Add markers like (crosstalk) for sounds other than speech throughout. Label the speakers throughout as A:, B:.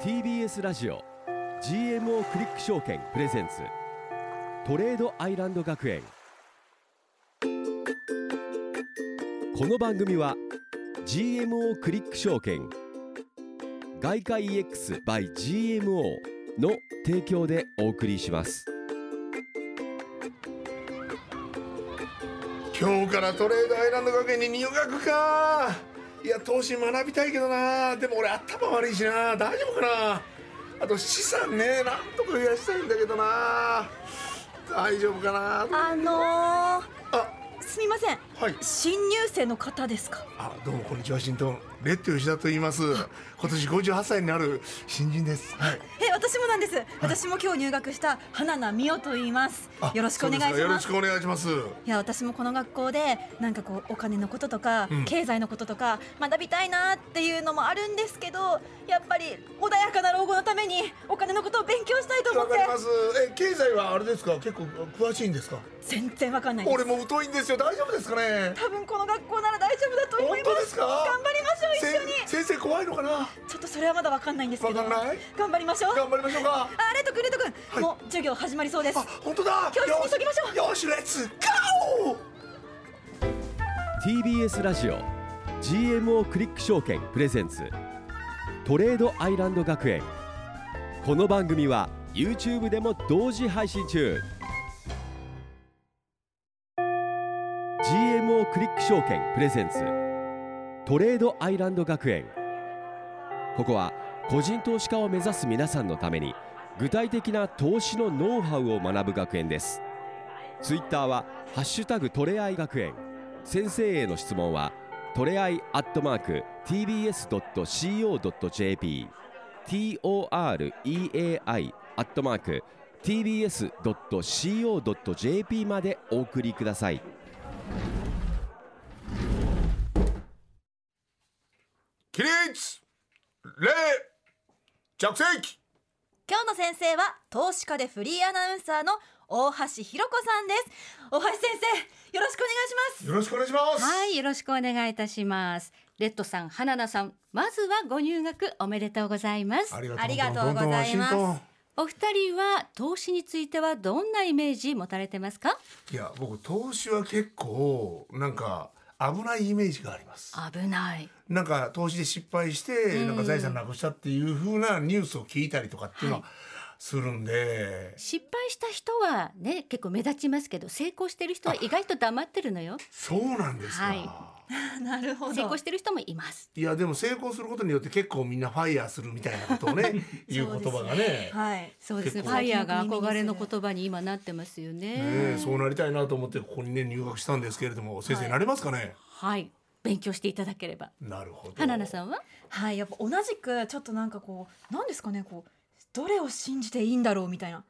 A: TBS ラジオ GMO クリック証券プレゼンツトレードアイランド学園この番組は GMO クリック証券外貨 EX by GMO の提供でお送りします
B: 今日からトレードアイランド学園に入学かいや投資学びたいけどなでも俺頭悪いしな大丈夫かなあと資産ねなんとか増やしたいんだけどな大丈夫かな
C: あの
B: あ
C: ー、すみません
B: はい
C: 新入生の方ですか
B: あどうもこんにちは新東レッド吉田と言います今年58歳になる新人ですはい
C: え私もなんです私も今日入学した花名美代と言います
B: あ
C: よろしくお願いし
B: そうでかよ
C: ま
B: ろ
C: す
B: しくお願いします
C: いや私もこの学校でなんかこうお金のこととか、
B: うん
C: 経済のこととか学びたいなっていうのもあるんですけどやっぱり穏やかな老後のためにお金のことを勉強したいと思
B: わ
C: っ
B: か
C: て
B: りますえ経済はあれですか結構詳しいんですか
C: 全然わかんないです
B: 俺も疎いんですよ大丈夫ですかね
C: 多分この学校なら大丈夫だと思
B: 本
C: いま
B: 当
C: す
B: ですか
C: 頑張りましょう一緒に
B: せ先生怖いのかな
C: ちょっとそれはまだわかんないんですけど
B: わかんない
C: 頑張りましょう
B: 頑張りましょうか
C: あレッド君レッド君、
B: はい
C: もう授業始まりそうです
B: あ本当だ
C: 教室に急ぎましょう
B: よよしレッツゴー
A: TBS ラジオ GMO クリック証券プレゼンツトレードアイランド学園この番組は YouTube でも同時配信中 GMO クリック証券プレゼンツトレードアイランド学園ここは個人投資家を目指す皆さんのために具体的な投資のノウハウを学ぶ学園ですツイッターはハッシュタグトレアイ学園先生への質問はトレアイアットマーク tbs.co.jp toreai アットマーク tbs.co.jp までお送りください
B: 起立礼着席
C: 今日の先生は投資家でフリーアナウンサーの大橋ひろ子さんです大橋先生よろしくお願いします
B: よろしくお願いします
D: はい、よろしくお願いいたします。レッドさん、花田さん、まずはご入学おめでとうございます。
C: ありがと
B: どん
C: うございます
B: どんワシン
D: お二人は投資についてはどんなイメージ持たれてますか？
B: トンいや僕投資は結構なんか危ないイメージがあります
D: 危ない。
B: なんか投資で失敗して、
D: うん
B: なんか財産なくしたっていう風なニュースを聞いたりとかっていうのはするんで、
D: 失敗した人はね、結構目立ちますけど、成功してる人は意外と黙ってるのよ。
B: そうなんですか、
D: は
C: なるほ
D: 成功してる人もいます。
B: いやでも成功することによって結構みんなファイヤーするみたいなことを
D: (laughs)
B: ねいう言葉がね
C: はい
D: そうですね。フ
B: 結構
D: ァイヤーが憧れの言葉に今なってますよね。
B: ねえそうなりたいなと思ってここにね入学したんですけれども先生、
C: はい
B: なれますかね
D: はい、勉強していただければ。
B: なるほど
D: 花田さ
B: ん
D: んは？
C: はいやっぱ同じくちょっとなんかこうなんですかねこうどれを信じていいんだろうみたいな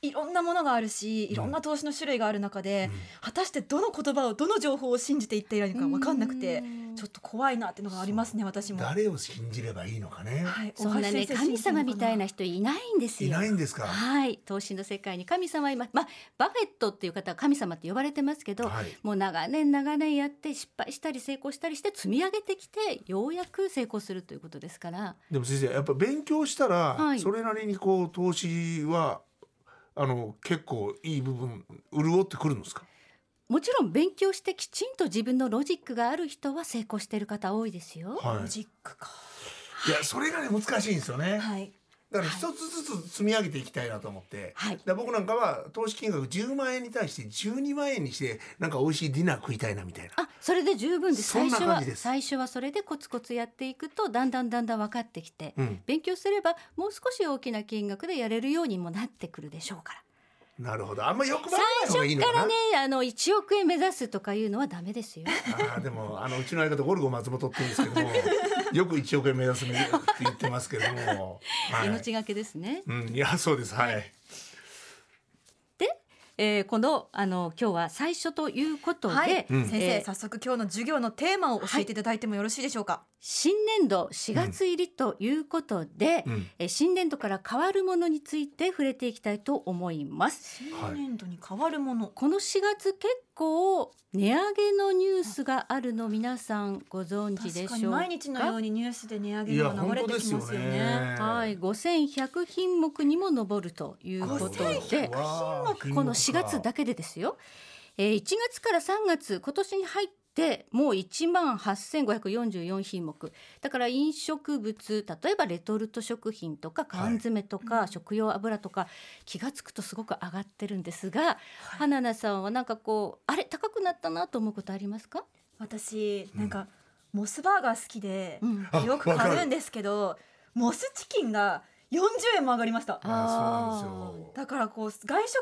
C: いろんなものがあるしいろんな投資の種類がある中で、果たしてどの言葉をどの情報を信じていっていいのか分かんなくて
D: うん
C: ちょっと怖いなっていうのがありますね私も。
B: 誰を信じればいいのかね、
C: はい、
D: そんなね、
C: 大橋先生信
D: 神
C: じてる
D: 様
C: のか
D: みたいな人いないんです
B: い、
D: よ。
B: ないんですか
D: はい、投資の世界に神様はいます。まあ、バフェットっていう方は神様って呼ばれてますけど、
B: はい
D: もう長年長年やって失敗したり成功したりして積み上げてきてようやく成功するということですから、
B: でも先生やっぱ勉強したら、
D: はい
B: それなりにこう投資はあの結構いい部分潤ってくるんですか
D: もちろん勉強してきちんと自分のロジックがある人は成功している方多いですよ。
B: はい
C: ロジックか。
B: いやそれがね難しいんですよね、
C: はい。
B: だから一つずつ積み上げていきたいなと思って、
D: は
B: だ
D: い
B: から僕なんかは投資金額10万円に対して12万円にしてなんか美味しいディナー食いたいなみたいな
D: あ、それで十分です。
B: そん
D: 最
B: な
D: 初
B: 感
D: は
B: じです
D: 最初はそれでコツコツやっていくとだんだんだんだん分かってきて、
B: うん
D: 勉強すればもう少し大きな金額でやれるようにもなってくるでしょうから。
B: なるほどあんま欲張らない方が
D: 最
B: いい
D: 初
B: の
D: か
B: かな
D: らねあの1億円目指すとかいうのはダメですよ。
B: ああでもあのうちの相方ゴルゴ松本って言うんですけど
D: (laughs)
B: もよく1億円目指すねって言ってますけども、はい
D: 命がけですね。
B: うん、いやそうですはい
D: えー、このあの今日は最初ということで、
C: はい。
B: ん
C: 先
D: え
C: 生、早
D: ー
C: 速今日の授業のテーマを教えていただいてもよろしいでしょうか。
D: 新年度4月入りということで、
B: うん
D: えー新年度から変わるものについて触れていきたいと思います。
C: 新年度に変わるもの。
D: この4月結構値上げのニュースがあるの皆さんご存知で
C: 確か
D: し
C: に
D: ょうか
C: 毎日のようにニュースで値上
B: い
C: げ
B: や
C: が流
B: 本
C: れ
B: 当で
C: てき
B: すよ
C: ますよね。
B: ね。
D: はい、5100品目にも上るということで
C: 5100
B: わあ
D: この4月だけでですよ、えー、1月から3月今年に入ってもう1万8544品目だから飲食物例えばレトルト食品とか缶詰とか、
C: うん
D: 食用油とか気がつくとすごく上がってるんですが、花菜さんはなんかこうあれ高くなったなと思うことありますか、
C: 私なんか、モスバーガー好きで
D: う、ん
B: あ
C: よく買うんですけどモスチキンが40円も上がりました
B: あそうなんですよ
C: だからこう外食する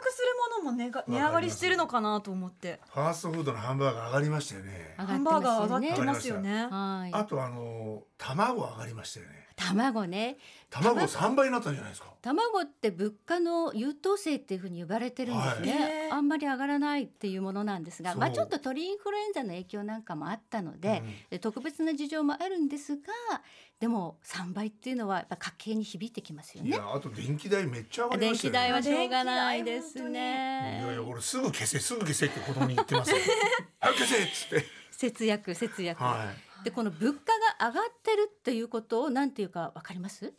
C: ものも値が値上がりしてるのかなと思って
B: ファーストフードのハンバーガー上がりましたよね。
D: 上
C: ハンバ
D: が
C: ー
D: ってま
C: ガー
D: すよ
C: 上が
D: ね
C: ってますよね
D: はい
B: あとあの卵上がりましたよね。
D: 卵ね
B: 卵三倍になったんじゃないですか。
D: 卵って物価の優等生っていうふうに呼ばれてるんですね、
C: はい
D: あんまり上がらないっていうものなんですが、
B: そう
D: まあ、ちょっと鳥インフルエンザの影響なんかもあったので、で特別な事情もあるんですがでも3倍っていうのはやっぱ家計に響いてきますよ
B: うんい
D: ね。
B: やあと電気代めっちゃ上がり
D: 電
B: ました
D: 気
B: よね
D: 代。は
C: は
D: し
C: しょ
D: ょう
C: う
D: が
C: が
D: な
C: ないい
D: で
C: ですす
D: ね
C: ね。
B: いやいや俺すぐ消せすぐ消せって子供に言って
D: (laughs)
B: ますよ。早く消せっつって。
D: 節約節約、
B: は
D: でこの物価が上がってるっていうことをなんていうかわかります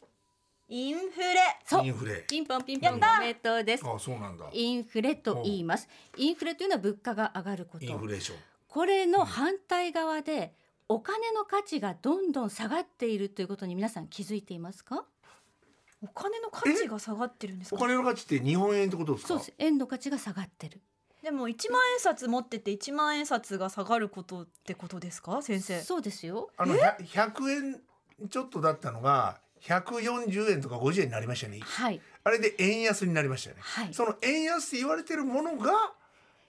C: インフレ
D: そう
B: い。インフレ。
D: ピンポンピンポンおめでとうです
B: あそうなんだ。
D: インフレと言いますインフレというのは物価が上がること
B: インフレーション。
D: これの反対側でお金の価値がどんどん下がっているということに皆さん気づいていますか
C: お金の価値が下がってるんです
B: お
C: か
B: 金の価値って日本円ってことですか。
D: そうです円の価値が下がってる
C: でも1万円札持ってて1万円札が下がることってことですか先生
D: そうですよ
B: あのひゃ100円ちょっとだったのが140円とか50円になりましたよね。
D: はい
B: あれで円安になりましたよね。
D: はい
B: その円安って言われてるものが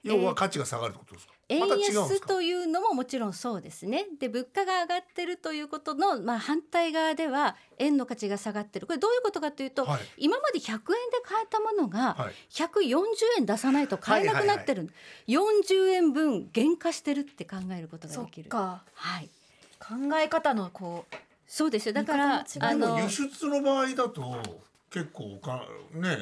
B: 要は価値が下がるってことですか。
D: 円
B: また違うんで
D: 安
B: すか。
D: というのももちろんそうですねで物価が上がってるということの、まあ、反対側では円の価値が下がってるこれどういうことかというと、
B: はい
D: 今まで100円で買えたものが
B: はい
D: 140円出さないと買えなくなってる、40円分減価してるって考えることが
C: そ
D: で
C: っ
D: きる。
C: か
D: はい、
C: 考え方のこう
D: そうですよだから
C: 見
D: あ
C: 方も違う
D: の
C: と
B: 輸出の場合だと結構おかね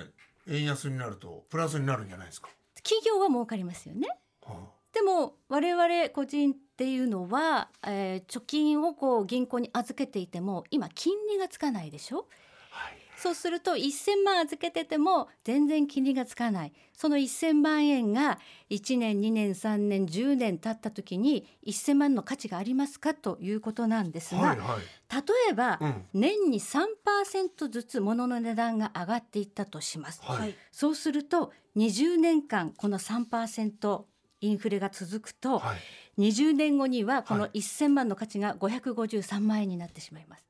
B: 円安になるとプラスになるんじゃないですか。
D: 企業は儲かりますよね
B: は
D: でも我々個人っていうのは、えー貯金をこう銀行に預けていても今金利がつかないでしょ
B: あはい。
D: そうすると1,000万預けてても全然金利がつかないその1,000万円が1年2年3年10年経った時に1,000万の価値がありますかということなんですが、
B: はいはい。
D: 例えば、
B: うん。
D: 年に3%ずつ物の値段が上がっていったとします。
B: はい。
D: そうすると20年間この3%インフレが続くと、
B: はい。
D: 20年後にはこの
B: は
D: 1000万の価値が553万円になってしまいます。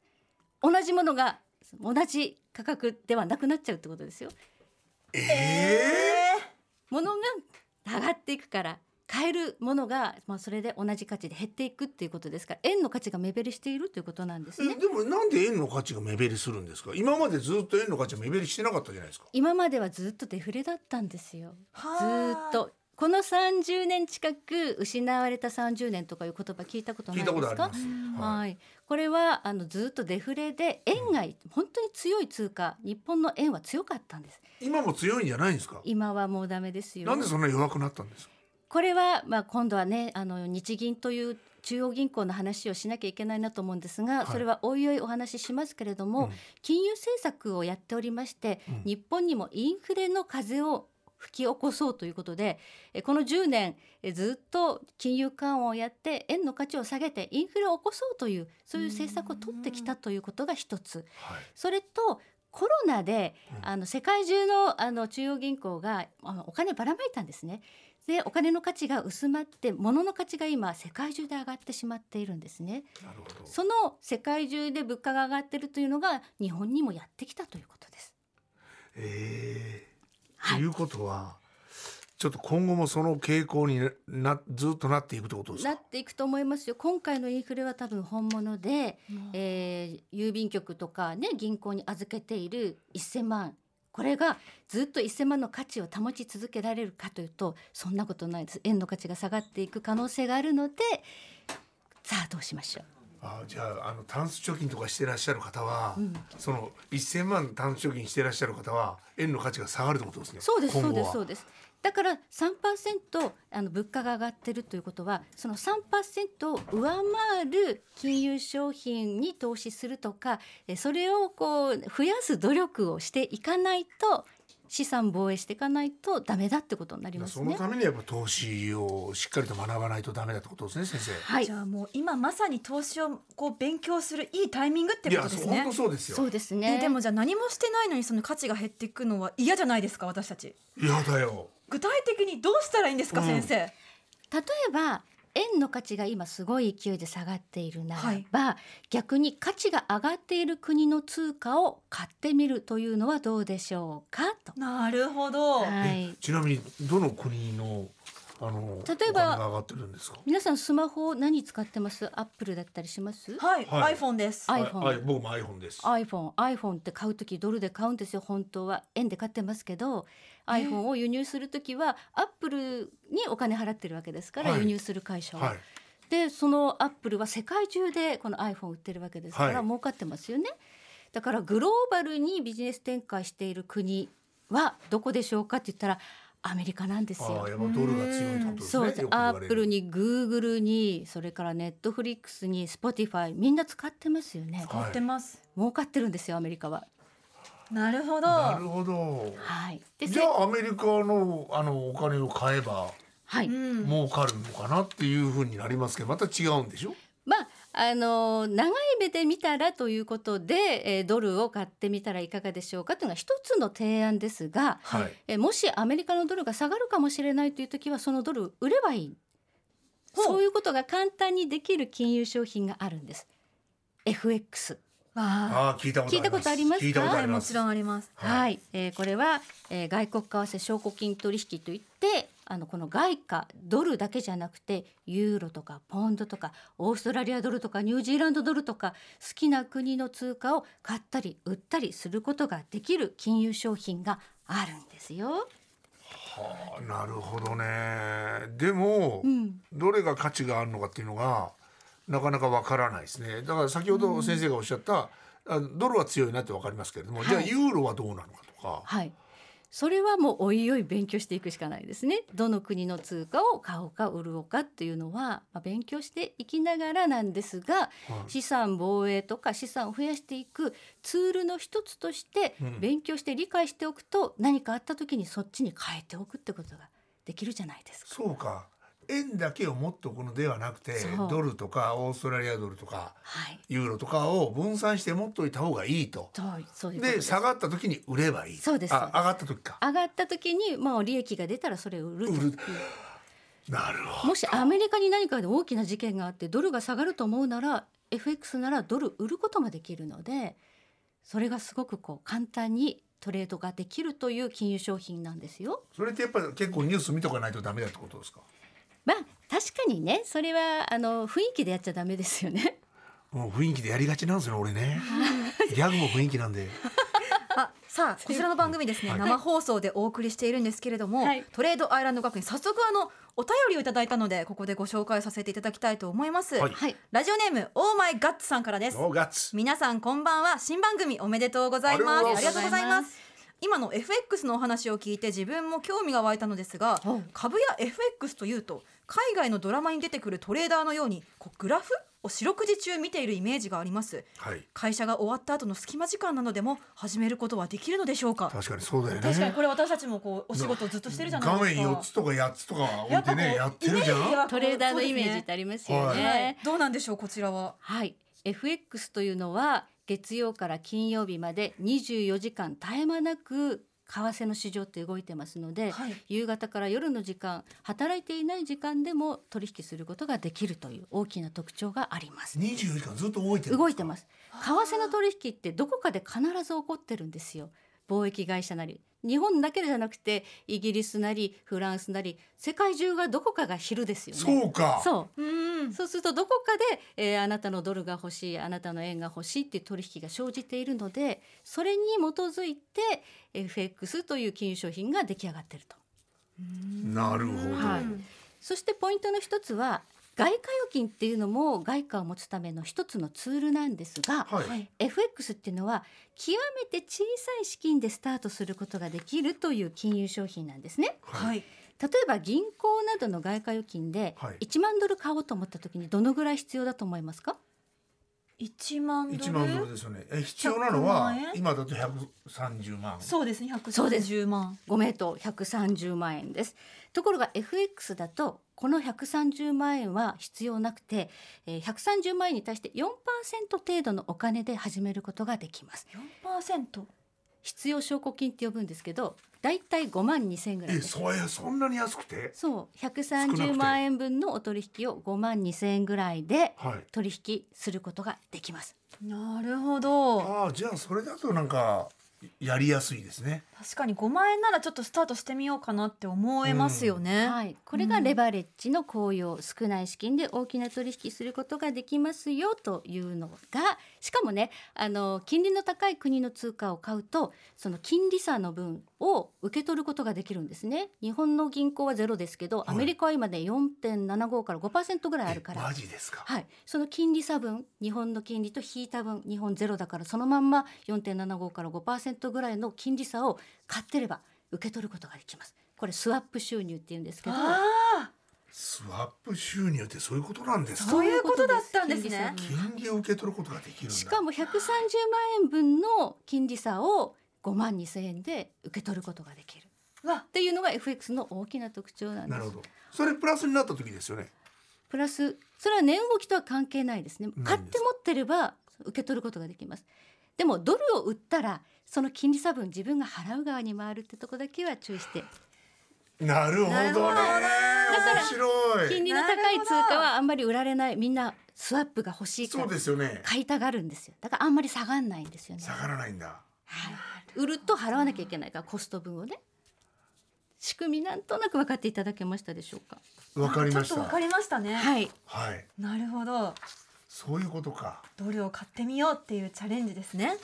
D: 同じものが同じ価格ではなくなっちゃうってことですよ。
B: ええ
D: 物が上がっていくから買えるものがまあそれで同じ価値で減っていくっていうことですから円の価値が目減りしているということなんです
B: え
D: ね。
B: でもなんで円の価値が目減りするんですか今までずっと円の価値は目減りしてなかったじゃないですか
D: 今まではずっとデフレだったんですよ。ず
C: は
D: ーっとこの30年近く失われた30年とかいう言葉聞いたことな
B: 聞
D: い
B: い
D: で
B: たことあ
D: す
B: り
D: か
B: ます
D: はい、これはあのずっとデフレで円が本当に強い通貨、日本の円は強かったんです。
B: 今も強いんじゃないんですか
D: 今はもうダメですよ。
B: なんでそんな弱くなったんですか
D: これはまあ今度はねあの日銀という中央銀行の話をしなきゃいけないなと思うんですが、
B: はい
D: それはおいおいお話ししますけれども、
B: うん
D: 金融政策をやっておりまして、
B: うん
D: 日本にもインフレの風を吹き起こそうということでえこの10年えずっと金融緩和をやって円の価値を下げてインフレを起こそうというそういう政策を取ってきたということが一つ。
B: はい
D: それとコロナで
B: うん
D: あの世界中のあの中央銀行があのお金ばらまいたんですね。でお金の価値が薄まって物の価値が今世界中で上がってしまっているんですね。
B: なるほど
D: その世界中で物価が上がっているというのが日本にもやってきたということです。
B: ええ
D: はい
B: ということはちょっと今後もその傾向になずっとなっていくってことです
D: な
B: か
D: っていくと思いますよ。今回のインフレは多分本物で、
C: え
D: えー郵便局とかね銀行に預けている1,000万これがずっと1,000万の価値を保ち続けられるかというとそんなことないです円の価値が下がっていく可能性があるのでさあどうしましょ
B: あじゃああのタンス貯金とかしてらっしゃる方は、
D: う、うん、
B: その1000万タンス貯金してらっしゃる方は円の価値が下がるってことですね
D: そうですそう
B: 今後
D: で
B: は
D: すそうですだから3%あの物価が上がってるということはその3%を上回る金融商品に投資するとかえそれをこう増やす努力をしていかないと資産防衛していかないとダメだってことになります
B: その
D: ね。
B: ためにやっぱ投資をしっかりと学ばないとダメだってことですね先生。
D: はい
C: じ、ゃあもう今まさに投資をこう勉強するいいタイミングって
B: い
C: こ
B: や
C: とです
B: 本
C: ね
B: 当。そうです
D: そ
B: よ。
D: うです
C: え
D: ね。
C: でもじゃあ何もしてないのにその価値が減っていくのは嫌じゃないですか私たち。
B: いやだよ。
C: 具体的にどうしたらいいんですか、
B: うん
C: 先生。
D: 例えば円の価値が今すごい勢いで下がっているならば、逆に価値が上がっている国の通貨を買ってみるというのはどうでしょうかと。
C: なるほど。
D: は
B: え
D: い。
B: ちなみにどの国のあの
D: 例えば
B: お金が上がってるんですか。
D: 皆さんスマホ何使ってます？アップルだったりします
C: はい、
B: はい
C: iPhone です。
D: あ
B: はい
D: iPhone
B: はい僕も iPhone です。
D: ？iPhone、iPhone って買うときドルで買うんですよ。本当は円で買ってますけど、iPhone を輸入するときはアップルにお金払ってるわけですから
B: はい
D: 輸入する会社は
B: はい。
D: でそのアップルは世界中でこの iPhone 売ってるわけですから、
B: はい
D: 儲かってますよねだからグローバルにビジネス展開している国はどこでしょうかって言ったらアメリカなんです
B: あ
D: よ
B: あ。やっぱドルが強いってことです
D: そう
B: ね。
D: です
B: よく言
D: ア
B: われる
D: ップルにグーグルにそれからネットフリックスにスポティファイみんな使ってますよね
B: はい
C: やってます。
D: 儲かってるんですよアメリカは
C: なるほど。
B: なるほど。
D: はいで
B: じ
D: せ
B: ゃあアメリカのあのお金を買えば
D: はい、
C: うん。
B: 儲かるのかなっていうふうになりますけどまた違うんでしょ。
D: まああの長い目で見たらということで、えードルを買ってみたらいかがでしょうかというのが一つの提案ですが、
B: はい。
D: えーもしアメリカのドルが下がるかもしれないという時はそのドル売ればいい
C: ほう
D: そういうことが簡単にできる金融商品があるんです FX
C: わあ、
B: ああ聞いたこと
D: 聞いたことありますか
B: 聞いたこと
C: は
B: あ
C: い、
B: り
C: も
B: ます。
C: ちろんあります。
D: はい、えーこれは、えー外国為替証拠金取引といってあのこの外貨ドルだけじゃなくてユーロとかポンドとかオーストラリアドルとかニュージーランドドルとか好きな国の通貨を買ったり売ったりすることができる金融商品があるんですよ。
B: はあなるほどね。でも、
D: うん、
B: どれが価値があるのかっていうのがなかなかわからないですね。だから先ほど先生がおっしゃった、あドルは強いなってわかりますけれども、
D: はい
B: じゃあユーロはどうなのかとか。
D: はい。それはもうおいおい勉強していくしかないですね。どの国の通貨を買おうか売ろうかっていうのは、まあ、勉強していきながらなんですが、
B: はい
D: 資産防衛とか資産を増やしていくツールの一つとして
B: うん
D: 勉強して理解しておくと、何かあった時にそっちに変えておくってことができるじゃないですか。
B: そうか。円だけを持っておくのではなくて
D: そう
B: ドルとかオーストラリアドルとか
D: はい。
B: ユーロとかを分散して持っといた方がいいと。
D: そうそういうこと
B: で
D: です。
B: 下がった時に売ればいい。
D: そうです
B: あ
D: そう
B: 上
D: です
B: がった時か。
D: 上がった時にもう利益が出たらそれを売ると
B: 売
D: いう
B: る。なるほど。
D: もしアメリカに何かで大きな事件があってドルが下がると思うなら FX ならドル売ることもできるのでそれがすごくこう簡単にトレードができるという金融商品なんですよ。
B: それってやっぱり結構ニュース見とかないとダメだってことですか。
D: まあ確かにねそれはあの雰囲気でやっちゃダメですよね。
B: もう雰囲気でやりがちなんですよね俺ね。ギャグも雰囲気なんで。
C: あ、
B: (laughs)
C: さあ、こちらの番組ですね、
B: はい
C: 生放送でお送りしているんですけれども、
D: はい
C: トレードアイランド学院、早速あの、お便りをいただいたので、ここでご紹介させていただきたいと思います。
B: はい
D: はい、
C: ラジオネーム、オーマイガッツさんからです。
B: ノーガッツ。
C: 皆さんこんばんは新番組おめでとうございます
B: あ
C: あ
B: り
C: り
B: が
C: が
B: と
C: と
B: う
C: うご
D: ござ
C: ざ
D: い
C: い
D: ま
C: ますす今の FX のお話を聞いて自分も興味が湧いたのですが
D: うん
C: 株や FX というと海外のドラマに出てくるトレーダーのようにこうグラフを四六時中見ているイメージがあります
B: はい。
C: 会社が終わった後の隙間時間なのでも始めることはできるのでしょうか
B: 確かにそうだよね。
C: 確かにこれ私たちもこうお仕事ずっとしてるじゃない
B: 画
C: で
B: 面
C: すか
B: 四つとか八つとか置いてねや
C: やっ
B: っ
C: ぱこう
B: てるじゃん。
C: イメージは
D: トレーダーのイメージってありますよ
B: そうです
D: ね。
B: ね
C: はいどうなんでしょうこちらは
D: はい、FX というのは月曜から金曜日まで24時間絶え間なく為替の市場って動いてますので、
C: はい
D: 夕方から夜の時間働いていない時間でも取引することができるという大きな特徴があります。
B: 二十四時間ずっと動いてる。
D: 動いてます。為替の取引ってどこかで必ず起こってるんですよ。貿易会社なり、日本だけじゃなくてイギリスなりフランスなり世界中がどこかが昼ですよね。
B: そうか。
D: そう。
C: うん
D: そうするとどこかで、えーあなたのドルが欲しいあなたの円が欲しいっていう取引が生じているのでそれに基づいて FX という金融商品が出来上がっていると
B: なるほど。
D: はいそしてポイントの一つは外貨預金っていうのも外貨を持つための一つのツールなんですが、
B: はい、
C: はい
D: FX っていうのは極めて小さい資金でスタートすることができるという金融商品なんですね。
B: は、
C: はいい
D: 例えば銀行などの外貨預金で
B: はい
D: 1万ドル買おうと思った時にどのぐらい必要だと思いますか
C: 1万ド
B: 1
C: ル
B: 万ドルですよねえ必要なのは
C: 100万円
B: 今だと130万
C: そうですね
D: そうです
C: 130万
D: 5名と130万円ですところが FX だとこの130万円は必要なくてえー130万円に対して4%程度のお金で始めることができます
C: 4%
D: 必要証拠金って呼ぶんですけどだいたい5万2千ぐらい
B: え
D: です
B: そえそんなに安くて
D: そう
B: 少なく
D: 130
B: て
D: 万円分のお取引を5万2千円ぐらいで
B: はい
D: 取引することができます
C: なるほど
B: ああじゃあそれだとなんかやりやすいですね
C: 確かに5万円ならちょっとスタートしてみようかなって思えますよね、
D: はい、これがレバレッジの効用、少ない資金で大きな取引することができますよというのがしかもねあの金利の高い国の通貨を買うとその金利差の分を受け取ることができるんですね日本の銀行はゼロですけど
B: い
D: アメリカは今ね4.75から5%ぐらいあるか
B: え
D: ら
B: マ。ジですか
D: はい、その金利差分日本の金利と引いた分日本ゼロだからそのまんま4.75から5%ぐらいの金利差を買ってれば受け取ることができますこれスワップ収入っていうんですけど
C: あ
B: スワップ収入ってそういうことなんですか
C: そういうことだったんですね
D: 金利差分
B: 金利を受け取ることができるんだ
D: しかも130万円分の金利差を5万2千円で受け取ることができるっ
C: あわ
D: ていうのが FX の大きな特徴なんで
B: なる
D: す
B: ほどそれプラスになった時ですよね
D: プラスそれは値動きとは関係ないですね
B: です
D: 買って持ってれば受け取ることができますでもドルを売ったらその金利差分自分が払う側に回るってとこだけは注意して
B: なるほどね
C: なるほどね
B: 面白
D: 金
B: い
D: 利の高い通貨はあんまり売られないみんなスワップが欲しいか
B: そ
D: ら
B: うですよね
D: 買いたがるんですよだからあんまり下がらないんですよね
B: 下がらないんだ
D: 売ると払わなきゃいけないからコスト分をね仕組みなんとなく分かっていただけましたでしょうか
B: わかり
C: ちょ
B: ま
C: っ
B: し
C: と
B: た
C: わかりましたね、
D: はい
B: はい
C: なるほど
B: そういうことか
C: ドルを買ってみようっていうチャレンジですね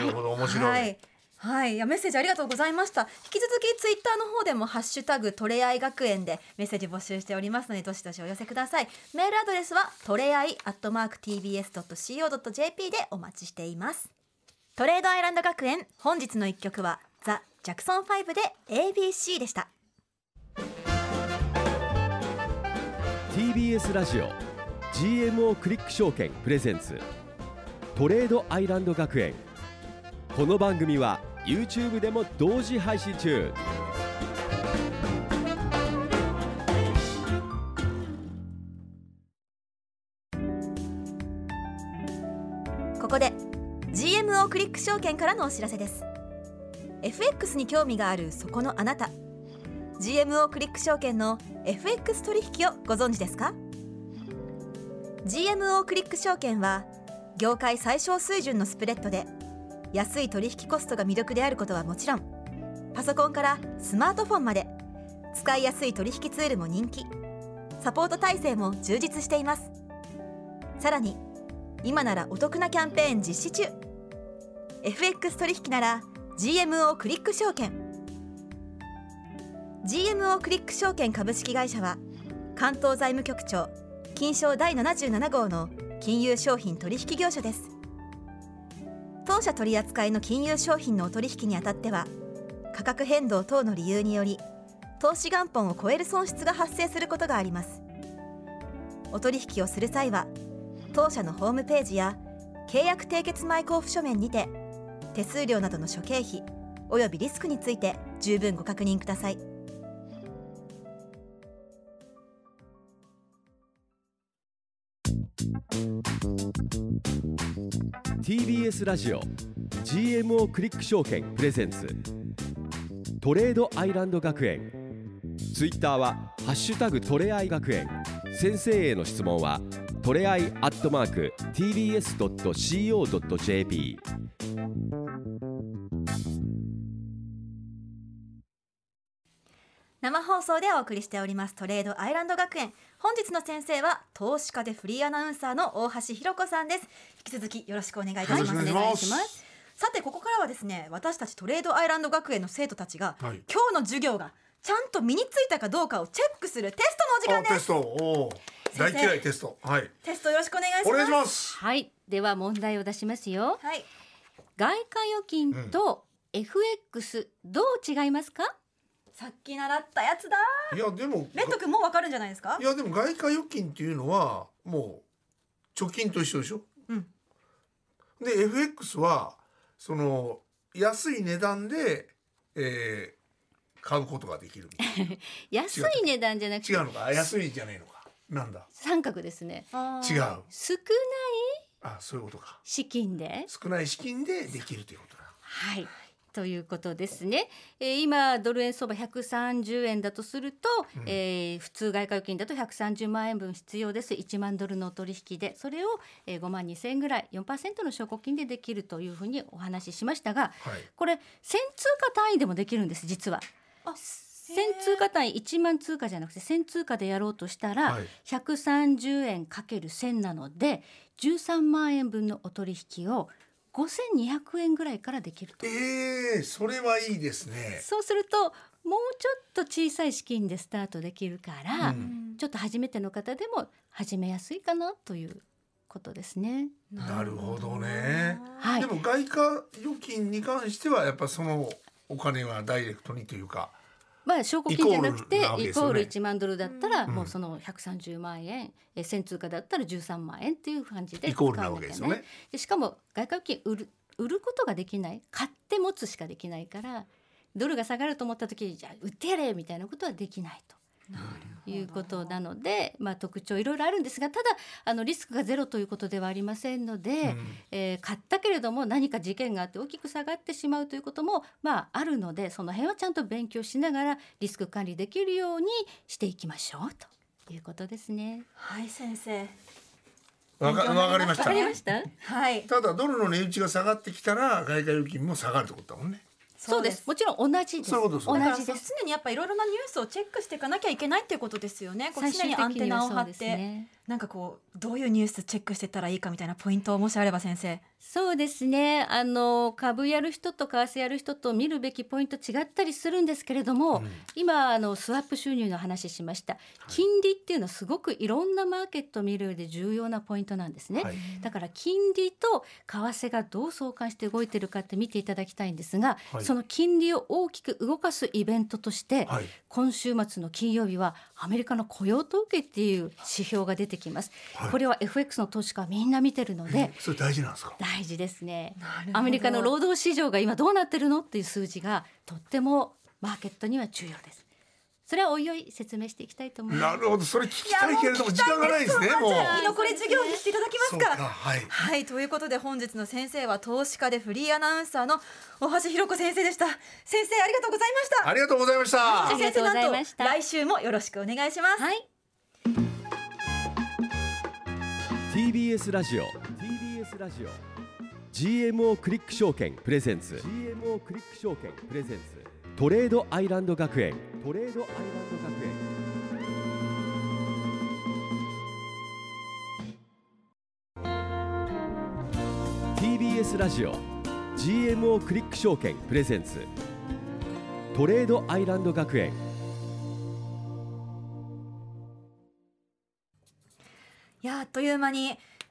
B: なるほど面白
C: はいい。はい、いやメッセージありがとうございました。引き続きツイッターの方でもハッシュタグトレアイ学園でメッセージ募集しておりますのでどしどしお寄せください。メールアドレスはトレアイアットマーク tbs ドット co ドット jp でお待ちしています。トレードアイランド学園本日の一曲はザジャクソン5で ABC でした。
A: TBS ラジオ GMO クリック証券プレゼンツトレードアイランド学園この番組は YouTube でも同時配信中
C: ここで GMO クリック証券からのお知らせです FX に興味があるそこのあなた GMO クリック証券の FX 取引をご存知ですか GMO クリック証券は業界最小水準のスプレッドで安い取引コストが魅力であることはもちろんパソコンからスマートフォンまで使いやすい取引ツールも人気サポート体制も充実していますさらに今ならお得なキャンペーン実施中 FX 取引なら GMO クリック証券 GMO クリック証券株式会社は関東財務局長金賞第77号の金融商品取引業者です当社取扱いの金融商品のお取引にあたっては価格変動等の理由により投資元本を超える損失が発生することがありますお取引をする際は当社のホームページや契約締結前交付書面にて手数料などの諸経費およびリスクについて十分ご確認ください
A: TBS ラジオ GMO クリック証券プレゼンツトレードアイランド学園ツイッターは「ハッシュタグトレアイ学園」先生への質問はトレアイアットマーク TBS.CO.JP
C: 生放送でお送りしておりますトレードアイランド学園本日の先生は投資家でフリーアナウンサーの大橋ひろ子さんです引き続きよろしくお願いいたし
B: よろ
C: ま
B: し
C: す
B: くお願いします
C: さてここからはですね私たちトレードアイランド学園の生徒たちが、
B: はい
C: 今日の授業がちゃんと身についたかどうかをチェックするテストのお時間
B: あテ
C: です
B: ストおー大
C: 先
B: 嫌い
C: 生
B: テストはい
C: テストよろしくお願いします
B: お願いします
D: はいでは問題を出しますよ
C: はい
D: 外貨預金と FX どう違いますか、
C: さっき習ったやつだ
B: いやでも
C: レッド君もうわかるんじゃないですか
B: いやでも外貨預金っていうのはもう貯金と一緒でしょ
C: うん
B: で FX はその安い値段で、えー買うことができるみたい
D: 安い値段じゃなくて
B: な違うのか安いじゃねえのかなんだ
D: 三角ですね
B: 違う
D: 少ない
B: あそういうことか
D: 資金で
B: 少ない資金でできるということだ
D: はいということですね、えー今ドル円相場130円だとすると、
B: うん
D: えー普通外貨預金だと130万円分必要です1万ドルのお取引でそれを、えー5万2000円ぐらい4%の証拠金でできるというふうにお話ししましたが
B: はい
D: これ1000通貨単位でもできるんです実は。
C: あ
D: 1000通貨単位1万通貨じゃなくて1000通貨でやろうとしたら、
B: はい
D: 130円かける1000なので13万円分のお取引を5200円ぐらいからできると
B: えー、それはいいですね
D: そうするともうちょっと小さい資金でスタートできるから、
B: うん
D: ちょっと初めての方でも始めやすいかなということですね。
B: なるほどね
D: はい
B: でも外貨預金に関してはやっぱそのお金はダイレクトにというか
D: まあ、証拠金じゃなくて
B: イ
D: イ
B: コールなわ
D: コ
B: けですよね
D: ール1万ドルだったら
B: うん
D: もうその130万円、えー1000通貨だったら13万円っていう感じで
B: イコールなわけですよね。
D: でしかも外貨預金売る売ることができない買って持つしかできないからドルが下がると思った時にじゃあ売ってやれみたいなことはできないと。いうことなので、まあ、特徴いろいろあるんですがただあのリスクがゼロということではありませんので、
B: うん
D: えー買ったけれども何か事件があって大きく下がってしまうということも、まあ、あるのでその辺はちゃんと勉強しながらリスク管理できるようにしていきましょうということですね。
C: はい先生
B: わかわかりました
D: わかりました
C: はい
B: ただドルの値打ちが下がってきたら外貨預金も下がるってことだもんね
D: そうですもちろん同じです
B: そういうことです
D: 同
B: ね
C: だから
D: じです
C: そう常にやっぱいろいろなニュースをチェックしていかなきゃいけないっていうことですよねこう
D: 最終
C: 常
D: 的
C: にアンテナを張
D: はそう
C: っ
D: で
C: て、
D: すね
C: なんかこうどういうニュースチェックしてたらいいかみたいなポイントをもしあれば先生
D: そうですねあの株やる人と為替やる人と見るべきポイント違ったりするんですけれども、今あのスワップ収入の話しました金利っていうのはすごくいろんなマーケットを見る上で重要なポイントなんですね、
B: はい
D: だから金利と為替がどう相関して動いてるかって見ていただきたいんですが、
B: はい
D: その金利を大きく動かすイベントとして、
B: はい
D: 今週末の金曜日はアメリカの雇用統計っていう指標が出てきます、
B: はい
D: これは FX の投資家はみんな見てるので
B: それ大事なんですか
D: 大事ですね
C: なるほど
D: アメリカの労働市場が今どうなってるのっていう数字がとってもマーケットには重要ですそれはおいおい説明していきたいと思います
B: なるほどそれ聞きたいけれども時間がないですね
C: や
B: も
C: も
B: う
C: う聞きたいです居残り授業にしていただきますから
B: はい
C: はいということで本日の先生は投資家でフリーアナウンサーの大橋ひろ子先生でした先生ありがとうございました
B: ありがとうございました
D: ありがとうございまし
C: 先生
D: た
C: なんと来週もよろしくお願いします
D: はい
A: TBS ラジオ TBS ラジオ GMO クリック証券プレゼンツ GMO クリック証券プレゼンツトレードアイランド学園トレードアイランド学園「TBS ラジオ GMO クリック証券プレゼンツトレードアイランド学園」
C: いやあっという間に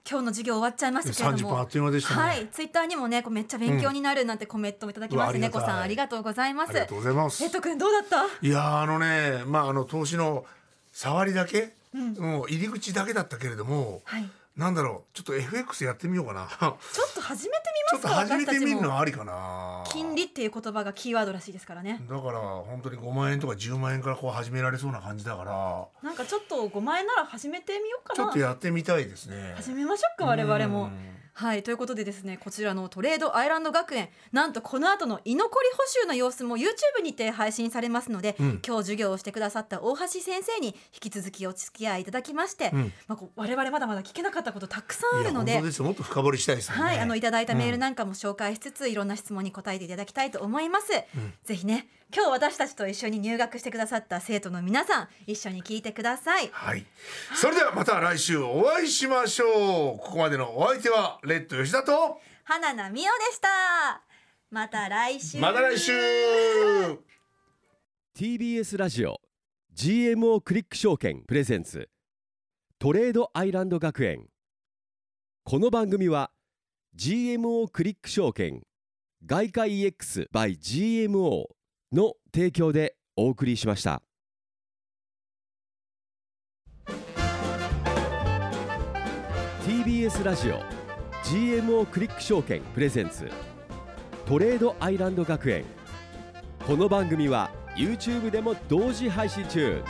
C: 今日の授業終わっちゃいましたけれ
B: 三
C: ど
B: 十分あ
C: も
B: っという間でしたね、
C: はいツイッターにもねこうめっちゃ勉強になるなんてコメントもいただきまして
B: うんうわありが
C: ね
B: た
C: こ
B: い
C: さんありがとうございま
B: あ
C: す
B: りがとうございます
C: レッド君どうだった
B: いやーあのねまああの投資の触りだけ、もう入り口だけだったけれども、
C: はい
B: なんだろうちょっと FX やってみようかな (laughs) ち
C: ちょっと始めて
B: ょ
C: み
B: っと
C: ますか
B: 始めてみる
C: 私たち
B: の
C: も
B: はありかな
C: 金利っていう言葉がキーワードらしいですからね
B: だから本当に5万円とか10万円からこう始められそうな感じだから
C: なんかちょっと5万円なら始めてみよう
B: ちょ
C: か
B: っと
C: な
B: やってみたいですね
C: 始めましょうか我々
B: う
C: も
B: ん
C: はいということでですねこちらのトレードアイランド学園なんとこの後の居残り補習の様子も YouTube にて配信されますので、
B: うん
C: 今日授業をしてくださった大橋先生に引き続きお付き合いいただきまして、
B: うん
C: まあ、こう我々まだまだ聞けなかったことたくさんあ
B: いや
C: るの
B: 本
C: で
B: 当ですよもっと深掘りしたいですよね
C: はい、あのいただいたメールなんかも紹介しつつ、いろんな質問に答えていただきたいと思います、ぜひね今日私たちと一緒に入学してくださった生徒の皆さん一緒に聞いてください
B: はい。それではまた来週お会いしましょう。ここまでのお相手はレッド吉田と。
C: 花奈美桜でしたまた来週
B: また来週。
A: TBS ラジオ GMO クリック証券プレゼンツトレードアイランド学園この番組は GMO クリック証券外貨 EX by GMO の提供でお送りしました「TBS ラジオ GMO クリック証券プレゼンツトレードアイランド学園」この番組は YouTube でも同時配信中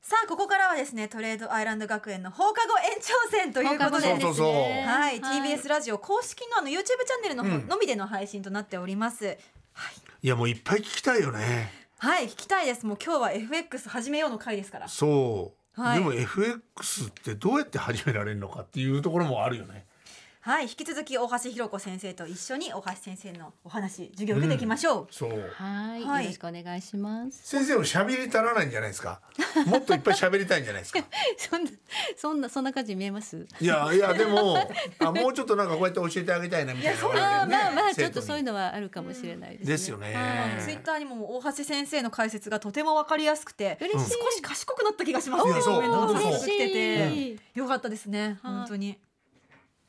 C: さあここからはですねトレードアイランド学園の放課後延長戦ということ
B: 放課後
C: で
B: 延長戦そうそうそう
C: はい、TBS ラジオ公式のあの YouTube チャンネルの方
B: うん
C: のみでの配信となっております。
B: いやもういっぱい聞きたいよね
C: はい、聞きたいです。もう今日は FX 始めようの回ですから。
B: そう、
C: はい
B: でも FX ってどうやって始められるのかっていうところもあるよね
C: はい、引き続き大橋弘子先生と一緒に大橋先生のお話、授業を受けていきましょう。
B: そう
D: はい、
C: はい
D: よろしくお願いします。
B: 先生も喋り足らないんじゃないですかもっといっぱい喋りたいんじゃないで
C: (laughs)
B: すか
D: (laughs) そんな、そんな、そんな感じに見えます。
B: いやいやでも (laughs) あもうちょっとなんかこうやって教えてあげたいなみたいなのるよね
D: あーまあまあ、ちょっとそういう
B: 生
D: のはあるかもしれないです
B: 徒に
D: ね。
B: ですよね、
D: はい
C: ツイッターにも大橋先生の解説がとてもわかりやすくて、
D: 嬉しい。
C: 少し賢くなった気がしますね。
B: いやそう
C: コメントも
B: 本当そう
C: 来て
D: 嬉
C: て、
D: しい。
C: よかったですね。
D: はい
C: 本当に。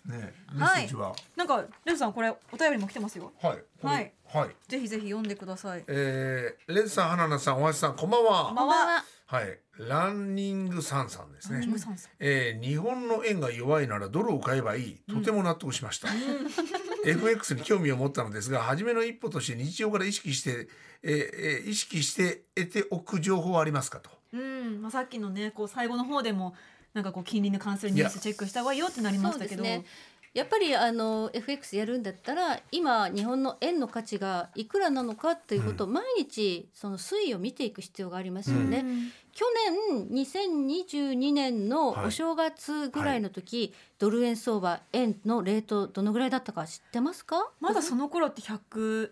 B: ねメッ
C: はい
B: セージは
C: なんかレズさんこれお便りも来てますよ。
B: はい
C: はい
B: はい
C: ぜひぜひ読んでください。
B: えー、レズさん花菜さんお橋さんこんばん
C: こ
B: は
C: ん
D: こ
C: ば
D: ん
C: ん
D: ばん
C: は。
D: は。
B: はいランニングさんさんですね
C: ジムさんさん
B: えー日本の円が弱いならドルを買えばいいとても納得しました、FX に興味を持ったのですが初めの一歩として日常から意識して、えーえー意識して得ておく情報はありますかと
C: うん、まあ、さっきのね、こう最後の方でも、なんかこう金利に関するニュースチェックした方がいいよってなりまし
D: そう
C: た
D: で
C: け
D: す
C: ど。
D: ね。やっぱりあの FX やるんだったら今日本の円の価値がいくらなのかっていうことを毎日その推移を見ていく必要がありますよね。
C: うん
D: 去年2022年の
B: はい
D: お正月ぐらいの時、ドル円相場円のレートどのぐらいだったか知ってますか
C: まだその頃って110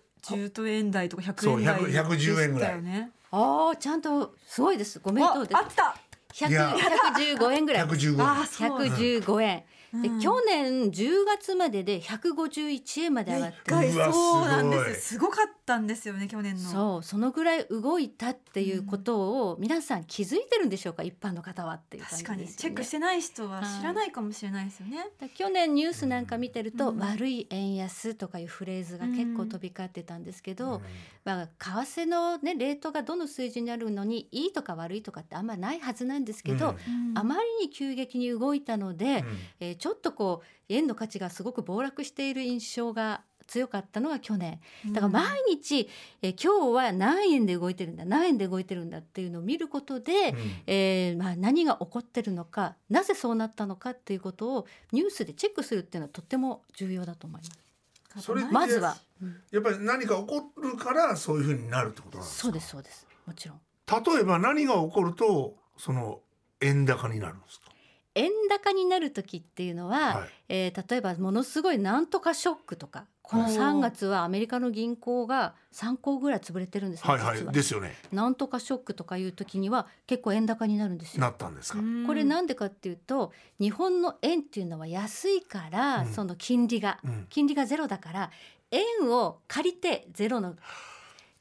C: 円台とか100
B: そう
C: 円台
B: 100 110円ぐらい
C: でしたよね。
D: ああちゃんとすごいですご名
C: あ
D: 答で
C: あった。
D: す
B: いや
D: 100 115円ぐらい
B: 115
C: あ
B: 円
C: ー、そうなんだ。
D: 115円、で
C: うん
D: 去年10月までで151円まで上がっ
C: 一
D: て
C: 回
B: うわ
C: そうなんです
B: すご
C: よ
B: い
C: すごかったんですよね去年の。
D: そうそのぐらい動いたっていうことを皆さん気づいてるんでしょうか一般の方はっていう感じ
C: 確
D: で
C: か
D: すよね
C: にチェックしてない人は知らないかもしれないですよね。
D: だ去年ニュースなんか見てると、
C: うん
D: 悪い円安とかいうフレーズが結構飛び交ってたんですけど、
B: うん
D: まあ、為替の、ね、レートがどの水準にあるのにいいとか悪いとかってあんまないはずなんですけど、
B: うん
D: あまりに急激に動いたので、
B: うん
D: えーちょっとこう円の価値がすごく暴落している印象が強かったのが去年
C: うん
D: だから毎日、えー今日は何円で動いてるんだ何円で動いてるんだっていうのを見ることで、
B: うん
D: えーまあ、何が起こってるのかなぜそうなったのかっていうことをニュースでチェックするっていうのはとっても重要だと思います。
B: それ
D: まずは、うん
B: やっぱり何か起こるからそういうふうになるってことなんです
D: そ
B: か
D: うですそうですもちろん
B: 例えば何が起こるとその円高になるんです
D: 円高になる時っていう
B: か、
D: のは、
B: はい
D: えー例えばものすごいなんとかショックとかこの
C: はい
D: 3月はアメリカの銀行が3行ぐらい潰れてるんですね、
B: はい
D: 実
B: は
D: はい
B: ですよね
D: なんとかショックとかいう時には結構円高になるんですよ。
B: なったんですか、
C: うん
D: これなんでかっていうと日本の円っていうのは安いから、
B: うん
D: その金利が
B: うん
D: 金利がゼロだから円を借りてゼロの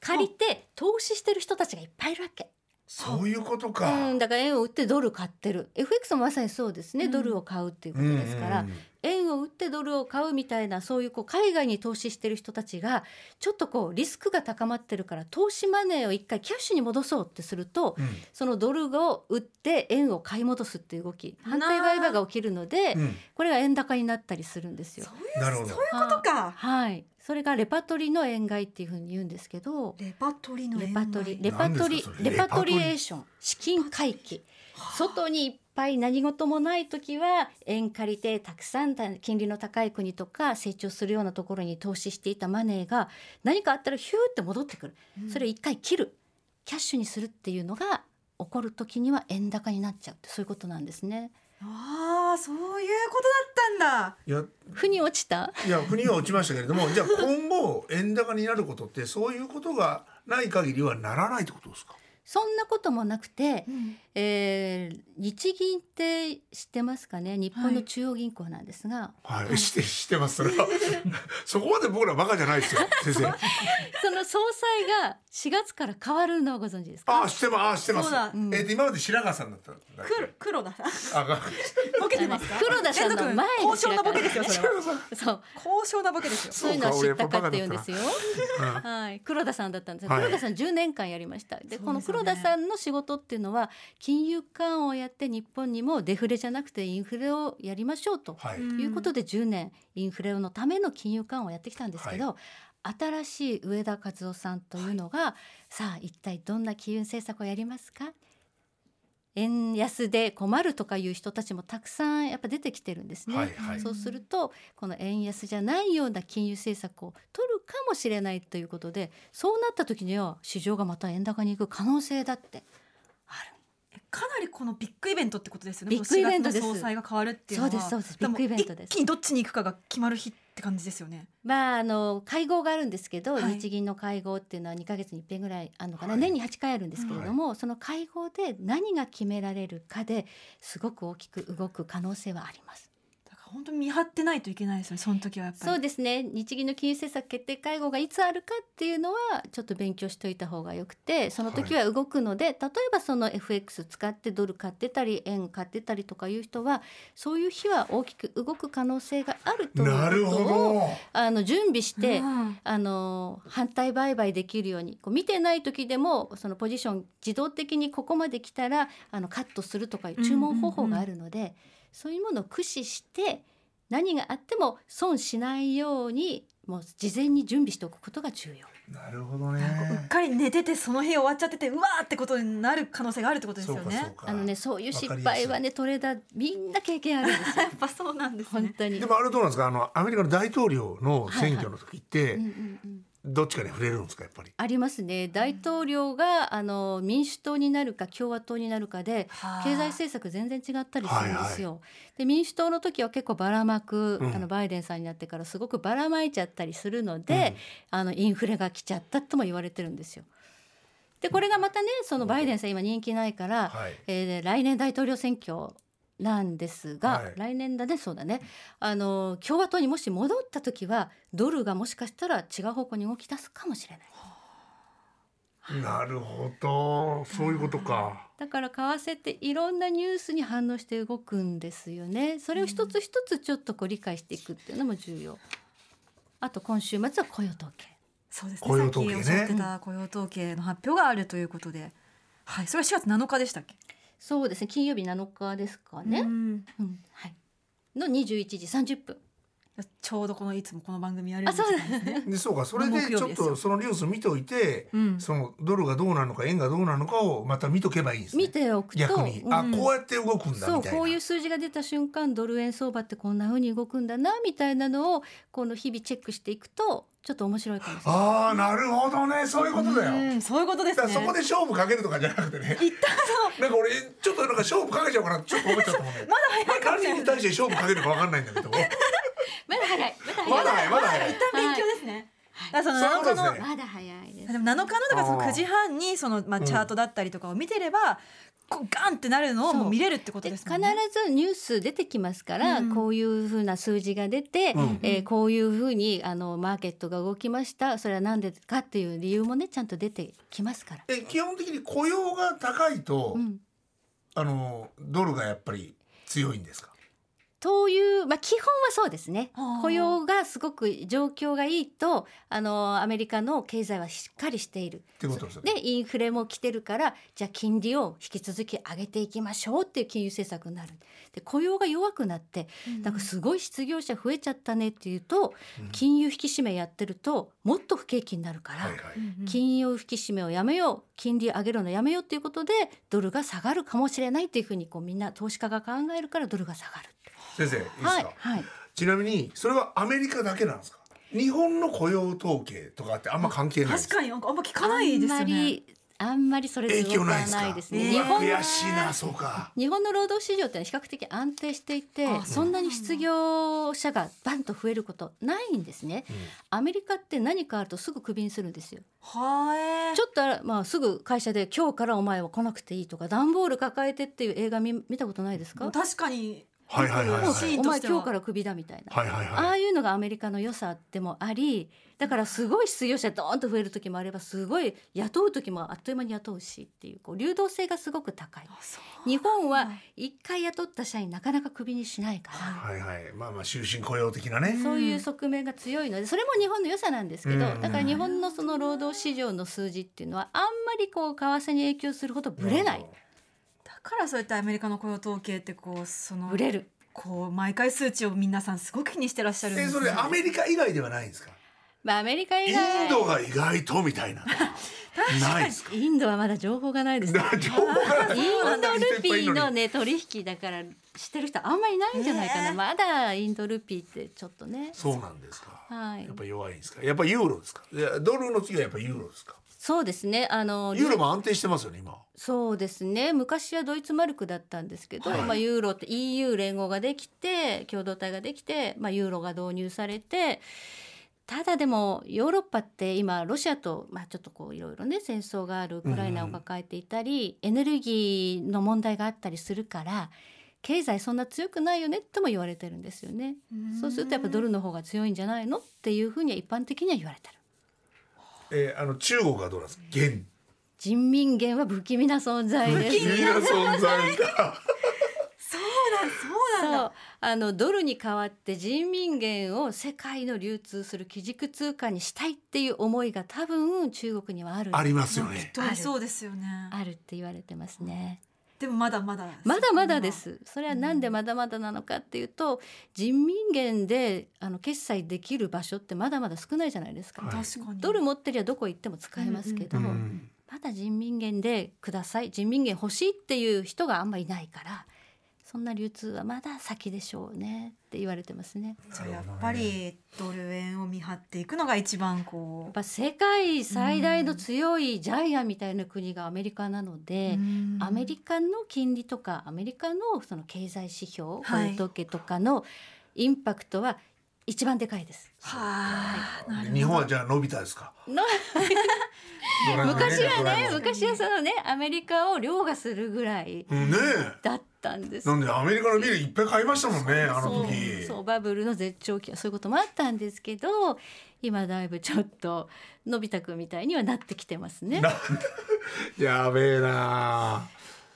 D: 借りて投資してる人たちがいっぱいいるわけ。
B: そういうことか、
D: うん、だから円を売ってドル買ってる FX もまさにそうですね、
C: うん
D: ドルを買うっていうことですから、
B: うんうんうん
D: 円を売ってドルを買うみたいなそういうこう海外に投資してる人たちがちょっとこうリスクが高まってるから投資マネーを一回キャッシュに戻そうってすると、
B: うん
D: そのドルを売って円を買い戻すっていう動き反対売買が起きるので、
B: うん
D: これが円高になったりするんですよ
C: そ。ういう
B: なるほど
C: そういうことか。
D: はい、それがレパトリの円買いっていうふうに言うんですけど。
C: レパトリの
D: レ
C: 円
D: パトリ
C: 内
D: レパト
B: 何で
D: リ
B: すかそれ
D: レパトリエーション資金回帰外にいっぱい何事もない時は円借りてたくさん金利の高い国とか成長するようなところに投資していたマネーが何かあったらヒューって戻ってくるそれを一回切るキャッシュにするっていうのが起こる時には円高になっちゃうってそういうことなんですね。
C: ああそういうことだったんだ。
B: いや
D: 腑に落ちた
B: いや国は落ちましたけれどもじゃあ今後円高になることってそういうことがない限りはならないってことですか
D: そんなこともなくて、
C: ん
D: えー日銀って知ってますかね日本の中央銀行なんですが、
B: はい、してしてますそれは (laughs) そこまで僕らバカじゃない
D: (laughs)
B: ですよ先生
D: その総裁が4月から変わるのはご存知です
B: あ
D: か
B: あしてますああしてます
C: そうだ
D: うん
B: えっと今まで白川さんだったんだっけ
C: 黒黒だな (laughs)
B: あが
C: ボケてますか
D: 黒田さんの前に
C: 高尚なボケですよそれは
D: そう
C: 高尚なボケですよ
D: そういうのを知ったかっていうんですよ。
B: うんは
D: はい、黒田さんだったんですが、
B: はい
D: 黒田さん10年間やりました。で、
C: そうですよね
D: この黒田さんの仕事っていうのは金融緩和をやって日本にもデフレじゃなくてインフレをやりましょうと
B: い、
C: うん
D: いうことで10年インフレのための金融緩和をやってきたんですけど、新しい上田和夫さんというのが、さあ一体どんな金融政策をやりますか円安で困るとかいう人たちもたくさんやっぱ出てきてるんですね。
B: はいはい
D: そうするとこの円安じゃないような金融政策を取るかもしれないということでそうなった時には市場がまた円高に行く可能性だって
C: かなりこのビッグイベントってことですよね
D: ビッグイベントです
C: この4月の総裁が変わるっていうのは
D: そうですそうです
C: でも
D: ビッグイベントです
C: 一気にどっちに行くかが決まる日って感じですよね
D: まああの会合があるんですけど、
C: はい
D: 日銀の会合っていうのは2ヶ月に1遍ぐらいあるのかな、
B: はい
D: 年に8回あるんですけれども、その会合で何が決められるかですごく大きく動く可能性はあります。
C: だから本当に見張ってないといけないですよねその時はやっぱり
D: そうですね日銀の金融政策決定会合がいつあるかっていうのはちょっと勉強しておいた方がよくてその時は動くので、例えばその FX 使ってドル買ってたり円買ってたりとかいう人はそういう日は大きく動く可能性があると
B: な
D: いう
B: る
D: こと
B: ほ
D: を
B: ど
D: あの準備して、
C: うん
D: あの反対売買できるようにこう見てない時でもそのポジション自動的にここまで来たらあのカットするとかいう注文方法があるので、そういうものを駆使して何があっても損しないようにもう事前に準備しておくことが重要。
B: なるほど
C: なんかうっ
B: ね
C: かり寝ててその日終わっちゃっててうわーってことになる可能性があるってことですよね
B: か
D: あのねそういう失敗はねトレーダーみんな経験あるん (laughs) ですよ
C: やっぱそうなんです
D: 本
C: ね
D: 当に。
B: でもあれどうなんですかあのアメリカの大統領の選挙の時って、
D: うんうんうん
B: どっちかに触れるんですかやっぱり
D: ありますね大統領があの民主党になるか共和党になるかで
C: はあ
D: 経済政策全然違ったりするんですよ。で民主党の時は結構ばらまく、
B: うん
D: あのバイデンさんになってからすごくばらまいちゃったりするので、あのインフレが来ちゃったとも言われてるんですよ。でこれがまたねそのバイデンさん今人気ないから、
B: はい
D: えー来年大統領選挙なんですが、
B: はい
D: 来年だねそうだねあの共和党にもし戻った時はドルがもしかしたら違う方向に動き出すかもしれない。
B: なるほどそういうことか
D: だから為替っていろんなニュースに反応して動くんですよね。それを一つ一つちょっとこう理解していくっていうのも重要。あと今週末は雇用統計。
C: そうですね
B: 雇用統計ね
C: さっきおっしゃってた雇用統計の発表があるということで、はい、それは4月7日でしたっけ
D: そうですね。金曜日7日ですか
C: う
D: ね。
C: ん
D: うん、はい。の21時30分。
C: ちょうどこのいつもこの番組やる
D: あ、そう
C: で
D: だ
C: す。
D: (laughs)
C: ね
B: でそうかそれで
C: 木
B: ち
C: 曜
B: ょ
C: 日
B: っ
C: ですよ
B: とそのニュース見ておいて、
C: うん
B: そのドルがどうなのか円がどうなのかをまた見とけばいいんです、ね、
D: 見ておくと、
B: 逆に、
D: うん
B: あこうやって動くんだ
D: そ
B: み
D: う
B: たいな
D: こういう数字が出た瞬間ドル円相場ってこんな風に動くんだなみたいなのをこの日々チェックしていくとちょっと面白いかもしれない。
B: ああなるほどねそういうことだよ、
C: うん、そういうことで
B: だか
C: す
B: ら
C: ね
B: そこで勝負かけるとかじゃなくてね
C: 一旦
B: なんか俺ちょっとなんか勝負かけちゃおうかなってちょっと思っちゃったもんね
D: (laughs)
B: まだ
C: 早いかもしれない
B: 何に対して勝負かけるかわかんないんだけど
D: まだ早い。
B: ま
D: まだ
B: だ
D: 早
B: 早
D: い。
B: いまだ早い
C: 一旦勉強ですね、だから
B: そういうこと
C: その7
B: です
C: 日の
B: ね
D: まだ早いです
C: で。も7日のとかその
B: あー
C: 9時半にそのまあ
B: うん
C: チャートだったりとかを見てれば、こうガンってなるのをもう見れるってこと
D: で
C: で
D: 必
C: すもんね。
D: ずニュース出てきますから、
C: うん
D: こういうふうな数字が出て、
B: うん
D: えーこういうふうにあのマーケットが動きましたそれは何でかっていう理由もねちゃんと出てきますから。
B: え基本的に雇用が高いと、
D: うん
B: あのドルがやっぱり強いんですか
D: という、まあ、基本はそうですね
C: あー
D: 雇用がすごく状況がいいとあのアメリカの経済はしっかりしている
B: ってことですよね
D: でインフレも来てるからじゃあ金利を引き続き上げていきましょうっていう金融政策になるで雇用が弱くなってなんかすごい失業者増えちゃったねっていうと、金融引き締めやってるともっと不景気になるから、
B: はいはい
D: 金融引き締めをやめよう金利上げるのやめようっていうことでドルが下がるかもしれないっていうふうにこうみんな投資家が考えるからドルが下がる。
B: 先生いいですか、
D: はい、はい
B: ちなみにそれはアメリカだけなんですか日本の雇用統計とかってあんま関係ないんで
C: 確
B: すか
C: かになんかあんま聞かないですよ
D: あんま
C: ね。
D: りあんまりそれ
B: 影
D: 続
B: 響ない
D: か
B: です
D: な
B: か
D: いですね。
B: うわ
D: 日本
B: 悔しいなそうか
D: 日本の労働市場ってのは比較的安定していて
C: あ
D: そんなに失業者がバンと増えることないんですね、アメリカって何かあるとすぐクビにするんですよ
C: はえ
D: (laughs) ちょっと、まあ、すぐ会社で今日からお前は来なくていいとか段ボール抱えてっていう映画見見たことないですか
C: 確かに
B: はいはいはいはい
C: よくシーン
D: お
C: と
D: 前
C: しては
D: 今日からクビだみたいな、
B: はいはい
D: あ
B: は
D: あいうのがアメリカの良さでもありだからすごい失業者ドーンと増える時もあればすごい雇う時もあっという間に雇うしっていうこう流動性がすごく高い日本は一回雇った社員なかなかクビにしないから。
B: いはいはいまあまあ終身雇用的なね
D: そういう側面が強いのでそれも日本の良さなんですけど
B: う
D: だ
B: ん
D: から日本のその労働市場の数字っていうのはあんまりこう為替に影響するほどブレない
C: だからそういったアメリカの雇用統計ってこうその
D: ブレる
C: こう毎回数値を皆さんすごく気にしてらっしゃるん
B: え
C: です
B: そ
C: ね
B: れアメリカ以外ではないんですか
D: まあアメリカ以
B: イン
D: 外
B: ドが意外とみたいなないです
D: (laughs)
B: か
D: インドはまだ情報がないです
B: (laughs)
D: ね
B: だ情報が
D: インドルピーの
B: ね
D: ね取引だから知ってる人あんまりいないんじゃないかな、
C: ね
D: まだインドルピーってちょっとね
B: そうなんですか
D: はい
B: やっぱ弱いんですかやっぱユーロですかいやドルの次はやっぱユーロですか
D: そうですねあの
B: ユーロも安定してますよね今
D: そうですね昔はドイツマルクだったんですけど、
B: はい
D: まあ、ユーロって EU 連合ができて共同体ができて、まあ、ユーロが導入されてただでもヨーロッパって今ロシアと、まあ、ちょっとこういろいろね戦争があるウクライナを抱えていたり、エネルギーの問題があったりするから経済そんな強くないよねとも言われてるんですよね。そうするとやっぱドルの方が強いんじゃないのっていうふうには一般的には言われてる。
B: えーあの中国はどうなんですか元
D: 人民元は不気味な存在ですね。
B: 気味な存在が
C: そ
D: (laughs)
C: うなん
D: そ
C: だ
D: うあのドルに代わって人民元を世界の流通する基軸通貨にしたいっていう思いが多分中国にはある
B: ありますよね
C: どうそうですよね
D: あるって言われてますね
C: でもまだまだ
D: まだまだですそれはなんでまだまだなのかっていうと人民元であの決済できる場所ってまだまだ少ないじゃないですか、
B: はい
C: 確かに
D: ドル持ってりゃどこ行っても使えますけど、
B: うん
D: まだ人民元でください人民元欲しいっていう人があんまりいないからそんな流通はまだ先でしょうねって言われてますね
C: じゃあやっぱりドル円を見張っていくのが一番こ
D: やっぱ世界最大の強いジャイアンみたいな国がアメリカなの
C: う、
D: で、アメリカの金利とかアメリカのその経済指標雇
C: はい
D: 用統計とかのインパクトは一番でかいです。
C: はあなるほど
B: 日本はじゃあ伸びたですか
D: の (laughs) 昔はね
B: ドラえもん
D: 昔はそのねアメリカを凌駕するぐらい
B: うんね
D: だったんです
B: えなんでアメリカのビールいっぱい買いましたもんねあの時
D: そうそうバブルの絶頂期はそういうこともあったんですけど今だいぶちょっとのび太くんみたいにはなってきてますね。
B: やべえな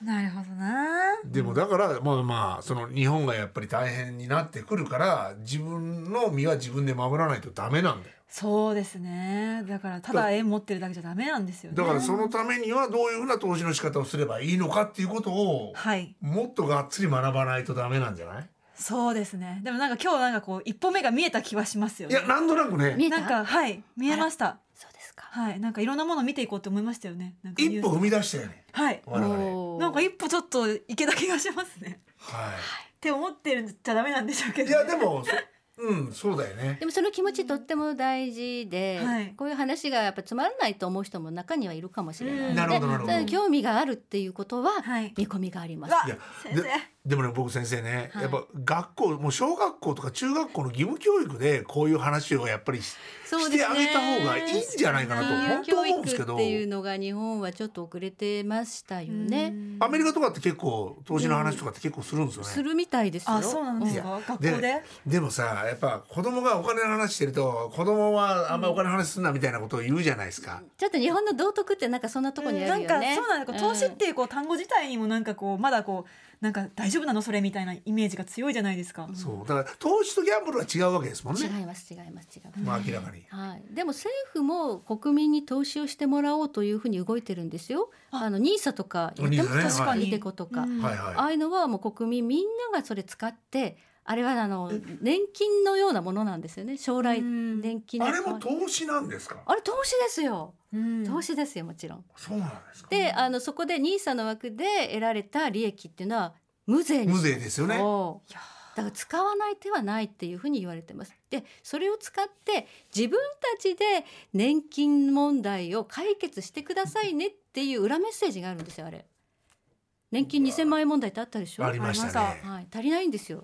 C: なるほどな
B: でもだからまあまあその日本がやっぱり大変になってくるから自分の身は自分で守らないとダメなんだよ
C: そうですねだからただ円持ってるだけじゃダメなんですよね
B: だからそのためにはどういうふうな投資の仕方をすればいいのかっていうことを
C: はい
B: もっとがっつり学ばないとダメなんじゃない
C: そうですねでもなんか今日なんかこう一歩目が見えた気はしますよ
B: い
C: ね
B: やなんとなくね
D: 見えた
C: なんかはい見えました
D: そうですか
C: はいなんかいろんなもの見ていこうと思いましたよねなんかニ
B: 一
C: ュース
B: 歩踏み出したよね
C: はい
B: 我々
D: おー
C: なんか一歩ちょっといけた気がしますね (laughs)
B: は
C: って思ってるんじゃダメなんでしょうけ
B: い
C: ど
B: いやでもそうんそうだよね
D: でもその気持ちとっても大事で、
C: はい
D: こういう話がやっぱつまらないと思う人も中にはいるかもしれないの
C: う
D: で
C: ん
B: なるほどなるほど
D: ただ興味があるっていうことは
C: はい
D: 見込みがあります。
C: あ
B: いや
C: 先
B: で
C: 生
B: でもね僕先生ね、
D: はい
B: やっぱ学校もう小学校とか中学校の義務教育でこういう話をやっぱりし,、
D: そうで
B: て
D: す
B: あげ
D: ね
B: た方がいいんじゃないかなと
C: そう
B: 本当
D: 自由教
B: 思うんです
D: 育
B: けど
D: っていうのが日本はちょっと遅れてましたよね。
B: アメリカとかって結構投資の話とかって結構するんですよね。
D: するみたいですよ。
C: あそうなんです
B: い
C: か
B: や
C: 学校で
B: でもさやっぱ子供がお金の話してると子供はあんまりお金の話すんなみたいなことを言うじゃないですか。
D: ちょっと日本の道徳ってなんかそんなとこにあ
C: な
D: る
C: ん
D: よ
C: か
D: ね。
C: そうなんです投資っていうこう単語自体にもなんかこうまだこうなんか大丈夫なのそれみたいなイメージが強いじゃないですか
B: そうだから投資とギャンブルは違うわけですもん
D: うん
B: ね。
D: 違います違います違います。
B: まあ明らかに。
D: はい、でも政府も国民に投資をしてもらおうというふうに動いてるんですよ。あのニーサとかやってます、
B: ニーサね
D: 確
B: は
D: か
B: い
D: にイデコとか、
C: うん
B: はいは
D: ああいうのはもう国民みんながそれ使ってあれはあの年金のようなものなんですよね将来
C: うん
D: 年金
B: い。
D: の
B: あれも投資なんですか。
D: あれ投資ですよ
C: うん
D: 投資ですよもちろん。
B: そうなんですか。
D: であのそこで NISA の枠で得られた利益っていうのは無税に
B: 無税ですよね。
D: そう
C: いや
D: だから使わない手はないっていうふうに言われてます。でそれを使って自分たちで年金問題を解決してくださいねっていう裏メッセージがあるんですよあれ。年金2000万円問題ってあったでしょ。
B: ありましたね
D: はい、足りないんですよ。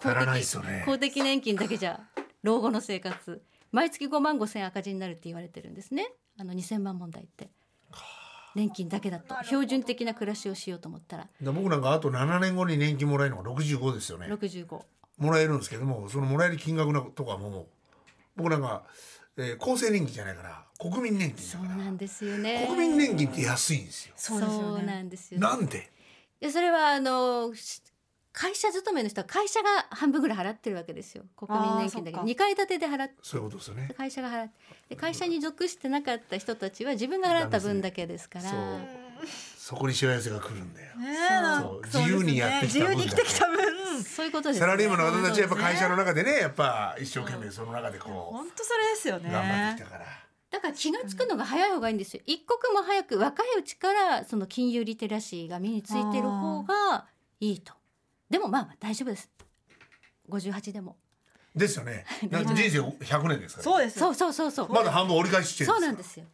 B: 足らないですよね
D: 公的年金だけじゃ老後の生活毎月5万5千赤字になるって言われてるんですねあの2000万問題って年金だけだと標準的な暮らしをしようと思ったら
B: で僕なんかあと7年後に年金もらえるのが65ですよね
D: 65
B: もらえるんですけどもそのもらえる金額のとかも僕なんか、えー厚生年金じゃないから国民年金
D: そ
B: だ
D: う
B: か
D: なんですよ
B: ら
D: ね
B: 国民年金って安いんですよ
C: そうですよ
D: そう
C: ね
D: なんですよね
B: なんで
D: でそれはあのし会社勤めの人は会社が半分ぐらい払ってるわけですよ国民年金だけ
C: あーそっか
D: ど2階建てで払って
B: そういうことですよね
D: 会社が払ってで会社に属してなかった人たちは自分が払った分だけですから
B: そうそこにしわ寄せが来るんだよ
C: ねえなん
B: そ
C: か
B: う
C: そうですね
B: 自由にやってきた分だ
C: 自由に生きてきた分
D: そういうことですね
B: サラリーマンの方たちはやっぱ会社の中でねやっぱ一生懸命その中でこ
C: 本当それですよ
B: う頑張っ
C: ね
B: てきたから
D: だから気がつくのが早い方がいいんですよ。一刻も早く若いうちからその金融リテラシーが身についてる方がいいと。でもまあまあ大丈夫です。58でも。
B: ですよねだって人生100年ですから
C: そうです
D: そ
C: よ
D: うそうそうそう。
B: まだ半分折り返ししてる
D: そうなん
B: で
D: ですすよ。
B: か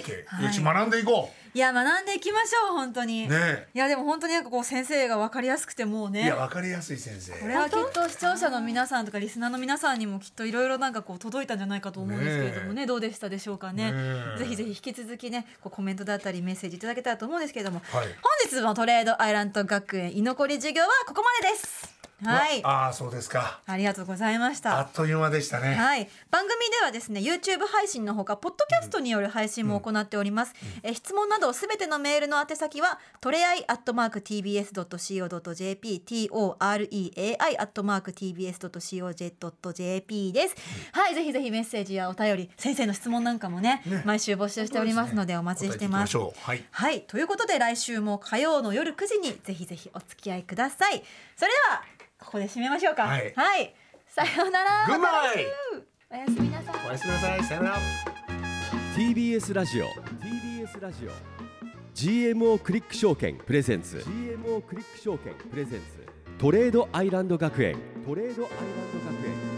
B: ら
D: い。
B: OK
C: はい
B: よし学んでいこ
C: いや学んでいきましょう本当に
B: うね
C: いやでも本当になんかこう先生が分かりやすくてもう
B: え
C: ね
B: いや分かりやすい先生
C: これはきっと視聴者の皆さんとかリスナーの皆さんにもきっといろいろなんかこう届いたんじゃないかと思うんですけれどもねどうでしたでしょうかね
B: ねえ
C: ぜひぜひ引き続きねこうコメントだったりメッセージいただけたらと思うんですけれども、
B: はい
C: 本日のトレードアイランド学園居残り授業はここまでですはいあ
B: ああーそうですか
C: りがとうございました
B: あっという間でしたね
C: はい、番組ではですね YouTube 配信のほかポッドキャストによる配信も行っております、え質問などすべてのメールの宛先はトレアイアットマーク TBS.CO.JP TOREAI アットマーク TBS.CO.JP です、はいぜひぜひメッセージやお便り先生の質問なんかもね
B: ね
C: 毎週募集しておりますのでお待ちして
B: 答えていきま
C: ます
B: しょうはい
C: はいということで来週も火曜の夜9時にぜひぜひお付き合いくださいそれではここで締めましょうか
B: はい
C: さようなら
B: グッバイ
C: また来週おやすみなさい
B: おやすみなさいさよなら
A: TBS ラジオ TBS ラジオ GMO クリック証券プレゼンツ GMO クリック証券プレゼンツトレードアイランド学園トレードアイランド学園